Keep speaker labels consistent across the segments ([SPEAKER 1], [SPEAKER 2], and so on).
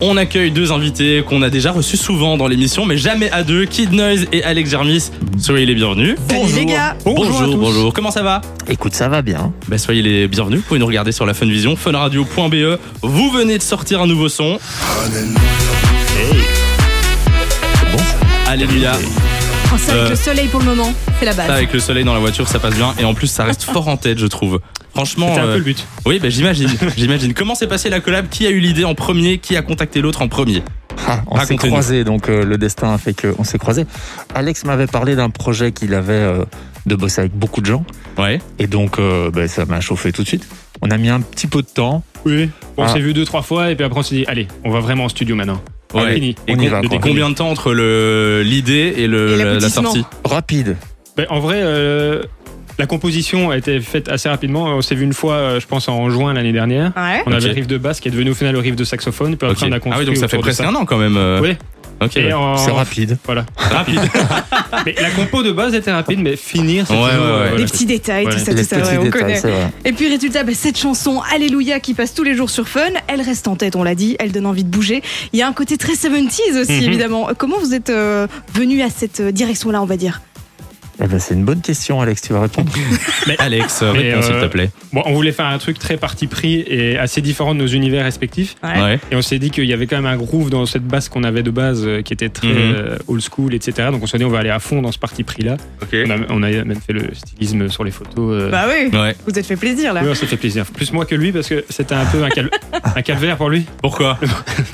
[SPEAKER 1] On accueille deux invités qu'on a déjà reçus souvent dans l'émission, mais jamais à deux, Kid Noise et Alex Jarmis. Soyez les bienvenus.
[SPEAKER 2] Salut les gars.
[SPEAKER 1] Bonjour,
[SPEAKER 2] Bonjour à
[SPEAKER 1] bonjour.
[SPEAKER 2] tous.
[SPEAKER 1] Comment ça va
[SPEAKER 3] Écoute, ça va bien. hein.
[SPEAKER 1] Bah, Soyez les bienvenus. Vous pouvez nous regarder sur la Funvision, funradio.be. Vous venez de sortir un nouveau son. Alléluia.
[SPEAKER 2] Oh, c'est avec
[SPEAKER 1] Euh,
[SPEAKER 2] le soleil pour le moment, c'est la
[SPEAKER 1] Ça,
[SPEAKER 2] base.
[SPEAKER 1] avec le soleil dans la voiture, ça passe bien. Et en plus, ça reste fort en tête, je trouve. Franchement.
[SPEAKER 4] C'était un
[SPEAKER 1] euh,
[SPEAKER 4] peu le but.
[SPEAKER 1] Oui, bah, j'imagine. J'imagine. Comment s'est passée la collab Qui a eu l'idée en premier Qui a contacté l'autre en premier
[SPEAKER 3] Ah, on s'est
[SPEAKER 1] Racontez-nous.
[SPEAKER 3] croisés, donc euh, le destin a fait qu'on s'est croisés. Alex m'avait parlé d'un projet qu'il avait euh, de bosser avec beaucoup de gens.
[SPEAKER 1] Ouais.
[SPEAKER 3] Et donc, euh, bah, ça m'a chauffé tout de suite. On a mis un petit peu de temps.
[SPEAKER 4] Oui. On
[SPEAKER 3] Ah.
[SPEAKER 4] s'est vu deux, trois fois et puis après on s'est dit, allez, on va vraiment en studio maintenant.
[SPEAKER 1] Ouais.
[SPEAKER 4] Ah, fini.
[SPEAKER 1] Et,
[SPEAKER 3] On y
[SPEAKER 1] com-
[SPEAKER 3] va,
[SPEAKER 1] et
[SPEAKER 3] quoi.
[SPEAKER 1] combien de temps entre le l'idée et, le, la,
[SPEAKER 2] Et
[SPEAKER 1] la
[SPEAKER 2] l'aboutissement.
[SPEAKER 1] sortie
[SPEAKER 3] Rapide.
[SPEAKER 4] Ben, en vrai, euh, la composition a été faite assez rapidement. On s'est vu une fois, euh, je pense, en juin l'année dernière.
[SPEAKER 2] Ouais.
[SPEAKER 4] On
[SPEAKER 1] Ok.
[SPEAKER 4] avait le riff de basse qui est devenu au final le riff de saxophone. Puis après,
[SPEAKER 1] Ok.
[SPEAKER 4] on a
[SPEAKER 1] Ah
[SPEAKER 4] construit
[SPEAKER 1] oui, donc ça fait
[SPEAKER 4] autour de
[SPEAKER 1] presque un an quand même. euh.
[SPEAKER 4] Oui.
[SPEAKER 1] Ok.
[SPEAKER 4] Et en-
[SPEAKER 3] C'est rapide.
[SPEAKER 4] Voilà.
[SPEAKER 1] Rapide.
[SPEAKER 4] Mais la compo de base était rapide, mais finir, c'était.
[SPEAKER 1] Ouais, ouais,
[SPEAKER 4] toujours, euh,
[SPEAKER 1] ouais.
[SPEAKER 4] voilà.
[SPEAKER 2] Les petits détails,
[SPEAKER 4] Ouais.
[SPEAKER 2] tout ça,
[SPEAKER 3] Les
[SPEAKER 2] tout ça,
[SPEAKER 3] petits
[SPEAKER 2] ouais, on
[SPEAKER 3] détails,
[SPEAKER 2] connaît.
[SPEAKER 3] c'est vrai.
[SPEAKER 2] Et puis résultat, bah, cette chanson Alléluia qui passe tous les jours sur Fun, elle reste en tête, on l'a dit, elle donne envie de bouger. Il y a un côté très 70s aussi,
[SPEAKER 4] Mhm.
[SPEAKER 2] évidemment. Comment vous êtes euh, venu à cette euh, direction-là, on va dire
[SPEAKER 3] Eh ben, c'est une bonne question, Alex. Tu vas répondre.
[SPEAKER 1] Alex, euh,
[SPEAKER 4] Mais,
[SPEAKER 1] réponds s'il
[SPEAKER 4] euh,
[SPEAKER 1] te plaît.
[SPEAKER 4] Bon, on voulait faire un truc très parti pris et assez différent de nos univers respectifs.
[SPEAKER 1] Ouais.
[SPEAKER 4] Et on s'est dit qu'il y avait quand même un groove dans cette basse qu'on avait de base euh, qui était très
[SPEAKER 1] Mhm.
[SPEAKER 4] euh, old school, etc. Donc on s'est dit, on va aller à fond dans ce parti pris là.
[SPEAKER 1] Ok.
[SPEAKER 4] On a, on a même fait le stylisme sur les photos. euh.
[SPEAKER 2] Bah oui,
[SPEAKER 1] Ouais.
[SPEAKER 2] vous vous êtes fait plaisir là.
[SPEAKER 4] Oui, on s'est fait plaisir. Plus moi que lui, parce que c'était un peu un, cal- un calvaire pour lui.
[SPEAKER 1] Pourquoi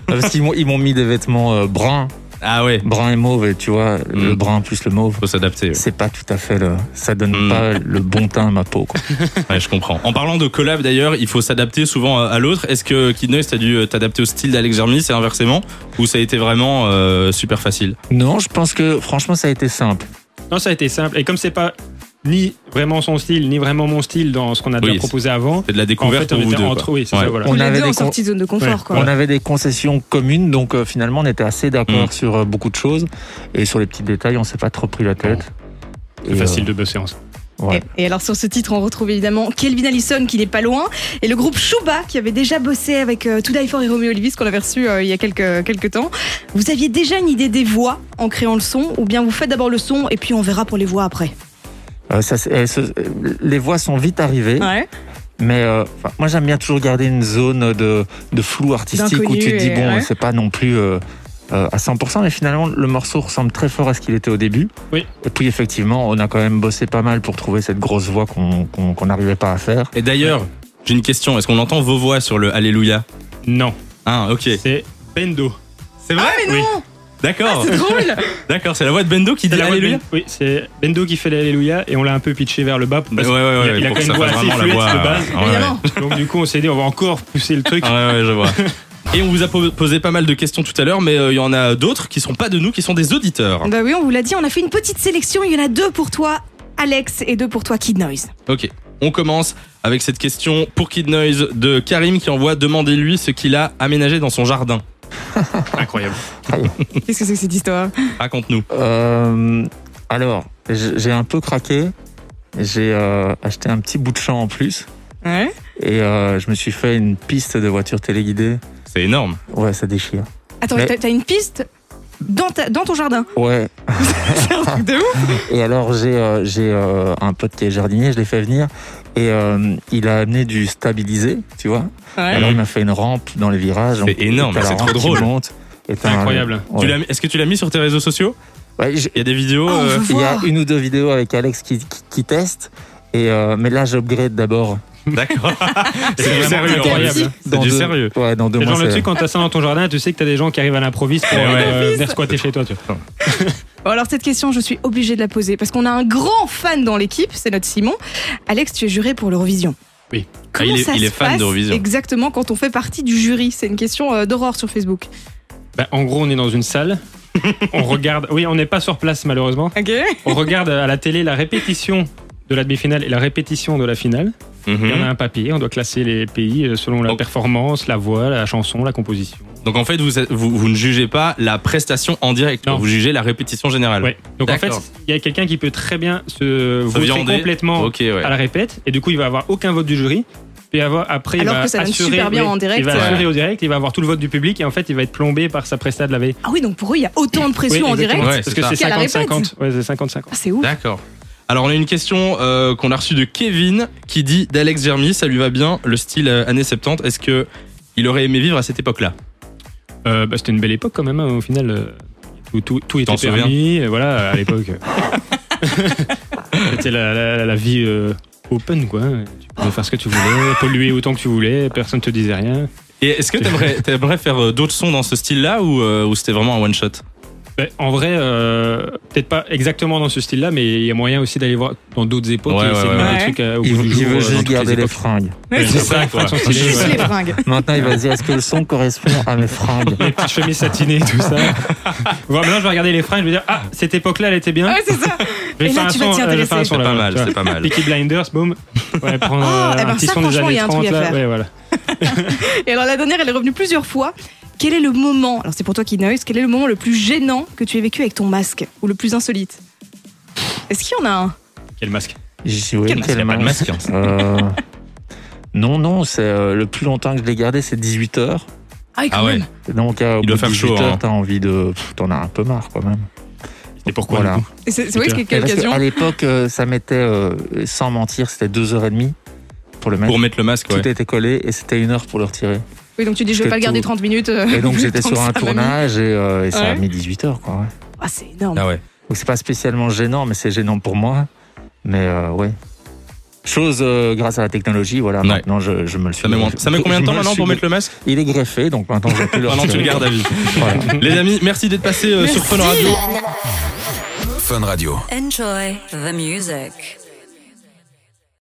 [SPEAKER 3] Parce qu'ils m'ont- ils m'ont mis des vêtements euh, bruns,
[SPEAKER 1] Ah ouais.
[SPEAKER 3] brun et mauve. Et tu vois, le
[SPEAKER 1] Mm.
[SPEAKER 3] brun plus le mauve.
[SPEAKER 1] Faut s'adapter. ouais.
[SPEAKER 3] C'est pas tout à fait le. Ça donne
[SPEAKER 1] Mm.
[SPEAKER 3] pas le bon teint à ma peau. quoi.
[SPEAKER 1] Ouais, je comprends. En parlant de collab d'ailleurs, il faut s'adapter souvent à, à l'autre. Est-ce que Kid Noise, t'as dû euh, t'adapter au style d'Alex Jarmis et inversement Ou ça a été vraiment euh, super facile
[SPEAKER 3] Non, je pense que franchement, ça a été simple.
[SPEAKER 4] Non, ça a été simple. Et comme c'est pas ni vraiment son style, ni vraiment mon style dans ce qu'on a
[SPEAKER 1] Oui,
[SPEAKER 4] déjà proposé avant,
[SPEAKER 1] C'est de la
[SPEAKER 4] en
[SPEAKER 1] découverte
[SPEAKER 4] fait, on
[SPEAKER 1] pour vous
[SPEAKER 4] était
[SPEAKER 1] deux.
[SPEAKER 4] entre.
[SPEAKER 1] quoi.
[SPEAKER 4] Oui, c'est
[SPEAKER 1] Ouais.
[SPEAKER 4] ça, voilà.
[SPEAKER 3] On
[SPEAKER 2] les
[SPEAKER 3] avait
[SPEAKER 2] deux
[SPEAKER 3] des
[SPEAKER 2] en
[SPEAKER 3] con-
[SPEAKER 2] sortie de zone de confort, quoi.
[SPEAKER 3] On avait des concessions communes, donc euh, finalement on était assez d'accord
[SPEAKER 1] Mm.
[SPEAKER 3] sur euh, beaucoup de choses. Et sur les petits détails, on s'est pas trop pris la tête. euh,
[SPEAKER 4] C'est
[SPEAKER 1] euh,
[SPEAKER 4] facile de bosser ensemble.
[SPEAKER 3] Ouais.
[SPEAKER 2] Et, et alors sur ce titre, on retrouve évidemment Kelvin Allison qui n'est pas loin et le groupe Shuba qui avait déjà bossé avec euh, To Die For et Romeo Elvis qu'on avait reçu euh, il y a quelques, quelques temps. Vous aviez déjà une idée des voix en créant le son ou bien vous faites d'abord le son et puis on verra pour les voix après
[SPEAKER 3] Euh, ça, c'est- euh, ce- euh, les voix sont vite arrivées,
[SPEAKER 2] Ouais.
[SPEAKER 3] mais euh, enfin, moi j'aime bien toujours garder une zone de, de flou artistique où
[SPEAKER 2] D'inconnu
[SPEAKER 3] tu te dis
[SPEAKER 2] et-
[SPEAKER 3] bon,
[SPEAKER 2] ouais.
[SPEAKER 3] c'est pas non plus euh, euh, à 100%, mais finalement le morceau ressemble très fort à ce qu'il était au début.
[SPEAKER 4] Oui.
[SPEAKER 3] Et puis effectivement, on a quand même bossé pas mal pour trouver cette grosse voix qu'on qu'on- qu'on n'arrivait pas à faire.
[SPEAKER 1] Et d'ailleurs, j'ai une question. Est-ce qu'on entend vos voix sur le Alléluia
[SPEAKER 4] Non,
[SPEAKER 1] Ah, ok.
[SPEAKER 4] c'est Bendo.
[SPEAKER 1] C'est vrai
[SPEAKER 2] Ah, mais non Ah,
[SPEAKER 1] D'accord,
[SPEAKER 3] Oh.
[SPEAKER 2] C'est drôle
[SPEAKER 1] d'accord. C'est la voix de Bendo qui
[SPEAKER 4] Ah, C'est
[SPEAKER 1] dit
[SPEAKER 4] la voix de
[SPEAKER 1] Alléluia
[SPEAKER 4] Ben- Oui, c'est Bendo qui fait l'Alléluia et on l'a un peu pitché vers le bas. parce
[SPEAKER 1] Ouais, ouais, ouais,
[SPEAKER 4] qu'il a- il a
[SPEAKER 1] pour
[SPEAKER 4] quand
[SPEAKER 1] que
[SPEAKER 4] même
[SPEAKER 1] ça
[SPEAKER 4] une voix
[SPEAKER 1] fasse
[SPEAKER 4] assez
[SPEAKER 1] vraiment la
[SPEAKER 4] fluette
[SPEAKER 1] voix.
[SPEAKER 4] de base.
[SPEAKER 1] Ouais, ouais.
[SPEAKER 2] Évidemment.
[SPEAKER 4] que- Donc du coup, on s'est dit, on va encore pousser le truc.
[SPEAKER 1] Ah ouais, ouais, je vois. Et on vous a po- posé pas mal de questions tout à l'heure, mais euh, il y en a d'autres qui sont pas de nous, qui sont des auditeurs.
[SPEAKER 2] Bah oui, on vous l'a dit, on a fait une petite sélection, il y en a deux pour toi Alex et deux pour toi Kid Noise.
[SPEAKER 1] Ok, on commence avec cette question pour Kid Noise de Karim qui envoie Demandez-lui ce qu'il a aménagé dans son jardin.
[SPEAKER 4] Incroyable.
[SPEAKER 2] Qu'est-ce que c'est que cette histoire
[SPEAKER 1] Raconte-nous.
[SPEAKER 3] Euh, alors, j- j'ai un peu craqué. J'ai euh, acheté un petit bout de champ en plus.
[SPEAKER 2] Ouais.
[SPEAKER 3] Et euh, je me suis fait une piste de voiture téléguidée.
[SPEAKER 1] C'est énorme.
[SPEAKER 3] Ouais, ça déchire.
[SPEAKER 2] Attends,
[SPEAKER 3] Mais-
[SPEAKER 2] t'as- t'as une piste dans, ta- dans ton jardin
[SPEAKER 3] Ouais.
[SPEAKER 2] C'est un truc de ouf
[SPEAKER 3] Et alors, j'ai euh, j'ai, euh, un pote qui est jardinier, je l'ai fait venir. Et euh, il a amené du stabilisé, tu vois.
[SPEAKER 2] Ouais.
[SPEAKER 3] Alors, il m'a fait une rampe dans les virages.
[SPEAKER 1] Ah C'est énorme,
[SPEAKER 3] t'as la
[SPEAKER 1] c'est trop
[SPEAKER 3] rampe qui
[SPEAKER 1] drôle.
[SPEAKER 3] monte, et
[SPEAKER 4] C'est
[SPEAKER 3] t'as un-
[SPEAKER 4] incroyable.
[SPEAKER 3] ouais.
[SPEAKER 1] Tu l'as mis- Est-ce que tu l'as mis sur tes réseaux sociaux
[SPEAKER 3] Ouais, j'ai-
[SPEAKER 1] Il y a des vidéos.
[SPEAKER 2] Oh,
[SPEAKER 1] euh,
[SPEAKER 2] je-
[SPEAKER 3] il y a
[SPEAKER 2] Voir.
[SPEAKER 3] une ou deux vidéos avec Alex qui, qui, qui teste. Et euh, mais là, j'upgrade d'abors.
[SPEAKER 1] D'accord. c'est
[SPEAKER 4] C'est
[SPEAKER 1] du
[SPEAKER 4] vraiment
[SPEAKER 1] sérieux.
[SPEAKER 4] incroyable.
[SPEAKER 1] en vrai. C'est
[SPEAKER 3] Dans
[SPEAKER 1] du
[SPEAKER 3] deux-
[SPEAKER 1] sérieux.
[SPEAKER 3] Ouais, dans deux
[SPEAKER 4] C'est
[SPEAKER 3] mois.
[SPEAKER 4] genre le
[SPEAKER 3] c'est-
[SPEAKER 4] truc quand t'as ça dans ton jardin, tu sais que t'as des gens qui arrivent à l'improviste pour
[SPEAKER 1] Eh Ouais, ouais.
[SPEAKER 4] euh, venir squatter chez toi. Tu vois.
[SPEAKER 2] Bon, alors cette question, je suis obligée de la poser parce qu'on a un grand fan dans l'équipe, c'est notre Simon. Alex, tu es juré pour l'Eurovision.
[SPEAKER 4] Oui.
[SPEAKER 2] Comment
[SPEAKER 1] Ah, il est-
[SPEAKER 2] ça
[SPEAKER 1] il
[SPEAKER 2] se
[SPEAKER 1] est fan
[SPEAKER 2] passe
[SPEAKER 1] d'Eurovision.
[SPEAKER 2] Exactement, quand on fait partie du jury, c'est une question euh, d'aurore sur Facebook.
[SPEAKER 4] Bah, en gros, on est dans une salle. on regarde. Oui, on n'est pas sur place malheureusement.
[SPEAKER 2] Ok.
[SPEAKER 4] On regarde à la télé la répétition de la demi-finale et la répétition de la finale.
[SPEAKER 1] Mhm.
[SPEAKER 4] Et On a un papier, on doit classer les pays euh, selon la
[SPEAKER 1] Oh.
[SPEAKER 4] performance, la voix, la chanson, la composition.
[SPEAKER 1] Donc en fait, vous, vous, vous ne jugez pas la prestation en direct,
[SPEAKER 4] Non.
[SPEAKER 1] vous jugez la répétition générale.
[SPEAKER 4] Ouais. Donc en fait,
[SPEAKER 1] D'accord.
[SPEAKER 4] il y a quelqu'un qui peut très bien se
[SPEAKER 1] viander.
[SPEAKER 4] voter complètement
[SPEAKER 1] Ok, ouais.
[SPEAKER 4] à la répète et du coup, il va avoir aucun vote du jury. Puis avoir- après,
[SPEAKER 2] Alors
[SPEAKER 4] il va
[SPEAKER 2] que ça donne
[SPEAKER 4] assurer,
[SPEAKER 2] super bien en direct. euh.
[SPEAKER 4] Il va
[SPEAKER 1] Ouais.
[SPEAKER 4] assurer au direct, il va avoir tout le vote du public et en fait, il va être plombé par sa presta de la veille.
[SPEAKER 2] Ah oui, donc pour eux, il y a autant de pression
[SPEAKER 4] Oui,
[SPEAKER 2] en direct.
[SPEAKER 4] exactement.
[SPEAKER 1] Ouais,
[SPEAKER 4] Parce
[SPEAKER 1] c'est
[SPEAKER 4] que
[SPEAKER 1] ça.
[SPEAKER 4] c'est
[SPEAKER 2] Qu'à la
[SPEAKER 4] 50-50. Ouais, c'est 50-50.
[SPEAKER 2] Ah, c'est ouf.
[SPEAKER 1] D'accord. Alors on a une question euh, qu'on a reçue de Kevin qui dit d'Alex Jeremy, ça lui va bien le style euh, années 70. Est-ce que il aurait aimé vivre à cette époque-là
[SPEAKER 4] Euh, bah, c'était une belle époque quand même hein, au final euh, tout, tout, tout était
[SPEAKER 1] T'en souviens
[SPEAKER 4] permis euh, voilà à l'époque c'était la, la- la vie euh, open quoi tu pouvais faire ce que tu voulais polluer autant que tu voulais personne te disait rien
[SPEAKER 1] Et est-ce que t'aimerais, t'aimerais faire euh, d'autres sons dans ce style-là ou, euh, ou c'était vraiment un one shot
[SPEAKER 4] Bah, en vrai euh, peut-être pas exactement dans ce style là mais il y a moyen aussi d'aller voir dans d'autres époques
[SPEAKER 1] Ouais,
[SPEAKER 4] et
[SPEAKER 1] ouais, ouais.
[SPEAKER 2] Ouais.
[SPEAKER 4] essayer de voir des trucs euh, au
[SPEAKER 3] Il,
[SPEAKER 4] bout du
[SPEAKER 3] il
[SPEAKER 4] jour, euh,
[SPEAKER 3] veut
[SPEAKER 4] dans
[SPEAKER 3] juste
[SPEAKER 4] toutes les
[SPEAKER 3] garder les,
[SPEAKER 4] époques.
[SPEAKER 3] fringues.
[SPEAKER 4] Ouais, c'est ça, quoi.
[SPEAKER 2] Juste les fringues.
[SPEAKER 3] Maintenant, il va se dire est-ce que le son correspond à mes fringues
[SPEAKER 4] les petites chemises satinées tout ça Bon, maintenant je vais regarder les fringues je vais dire ah cette époque là elle était bien
[SPEAKER 2] Ouais, c'est ça.
[SPEAKER 4] je vais
[SPEAKER 2] Et
[SPEAKER 4] faire
[SPEAKER 2] là,
[SPEAKER 4] un
[SPEAKER 2] tu vas
[SPEAKER 4] son,
[SPEAKER 2] t'y
[SPEAKER 4] euh, je vais faire un
[SPEAKER 2] intéresser.
[SPEAKER 4] son
[SPEAKER 1] C'est
[SPEAKER 4] là,
[SPEAKER 1] pas
[SPEAKER 4] ouais,
[SPEAKER 1] mal,
[SPEAKER 4] tu vois.
[SPEAKER 1] c'est pas mal.
[SPEAKER 4] Peaky Blinders, boom. Ouais, prendre
[SPEAKER 2] Ah,
[SPEAKER 4] euh,
[SPEAKER 2] eh ben
[SPEAKER 4] un petit
[SPEAKER 2] ça,
[SPEAKER 4] son des
[SPEAKER 2] franchement, il
[SPEAKER 4] années
[SPEAKER 2] y a un
[SPEAKER 4] 30.
[SPEAKER 2] truc à
[SPEAKER 4] là.
[SPEAKER 2] faire.
[SPEAKER 4] Ouais, voilà.
[SPEAKER 2] Et alors la dernière, elle est revenue plusieurs fois. Quel est le moment, alors c'est pour toi qui noise, quel est le moment le plus gênant que tu aies vécu avec ton masque ou le plus insolite Est-ce qu'il y en a un
[SPEAKER 4] Quel masque
[SPEAKER 3] J'ai oui,
[SPEAKER 1] Quel masque, y a pas de
[SPEAKER 3] mince.
[SPEAKER 1] masque, hein.
[SPEAKER 3] Euh, Non, non, c'est euh, le plus longtemps que je l'ai gardé, c'est 18 heures.
[SPEAKER 2] oui,
[SPEAKER 1] Ah ouais.
[SPEAKER 3] Donc, euh,
[SPEAKER 1] Il
[SPEAKER 3] au bout
[SPEAKER 1] doit
[SPEAKER 3] de
[SPEAKER 1] faire
[SPEAKER 3] 18
[SPEAKER 1] chaud,
[SPEAKER 3] heures,
[SPEAKER 1] hein.
[SPEAKER 3] t'as envie de. pff, T'en as un peu marre quand même.
[SPEAKER 4] Et pourquoi
[SPEAKER 3] Voilà.
[SPEAKER 4] du coup
[SPEAKER 2] Et C'est c'est vrai
[SPEAKER 4] Putain.
[SPEAKER 2] que quelle
[SPEAKER 3] Parce que
[SPEAKER 2] occasion
[SPEAKER 3] à l'époque, euh, ça mettait, euh, sans mentir, c'était 2h30 pour le mettre.
[SPEAKER 1] hein. Pour mettre le masque,
[SPEAKER 3] Tout
[SPEAKER 1] ouais.
[SPEAKER 3] était collé et c'était une heure pour le retirer.
[SPEAKER 2] Oui, donc tu dis je vais
[SPEAKER 3] C'était
[SPEAKER 2] pas le garder
[SPEAKER 3] tout.
[SPEAKER 2] 30 minutes. euh,
[SPEAKER 3] Et donc j'étais sur un tournage et, euh, et ça a
[SPEAKER 2] Ouais.
[SPEAKER 3] mis 18 heures. Quoi, ouais.
[SPEAKER 2] Ah, c'est énorme.
[SPEAKER 1] Ah ouais.
[SPEAKER 3] Donc c'est pas spécialement gênant, mais c'est gênant pour moi. Mais euh, ouais. Chose euh, grâce à la technologie, voilà.
[SPEAKER 1] Ouais.
[SPEAKER 3] Maintenant, je, je me le suis.
[SPEAKER 1] Ça met, ça met combien de
[SPEAKER 3] je
[SPEAKER 1] temps
[SPEAKER 3] me
[SPEAKER 1] maintenant
[SPEAKER 3] suis-
[SPEAKER 1] pour mettre le masque
[SPEAKER 3] Il est greffé, donc maintenant je peux le.
[SPEAKER 1] Maintenant tu le
[SPEAKER 3] retirer.
[SPEAKER 1] gardes à vie.
[SPEAKER 3] Voilà.
[SPEAKER 1] Les amis, merci d'être passés euh, sur Fun Radio.
[SPEAKER 5] Fun Radio.
[SPEAKER 6] Enjoy the music.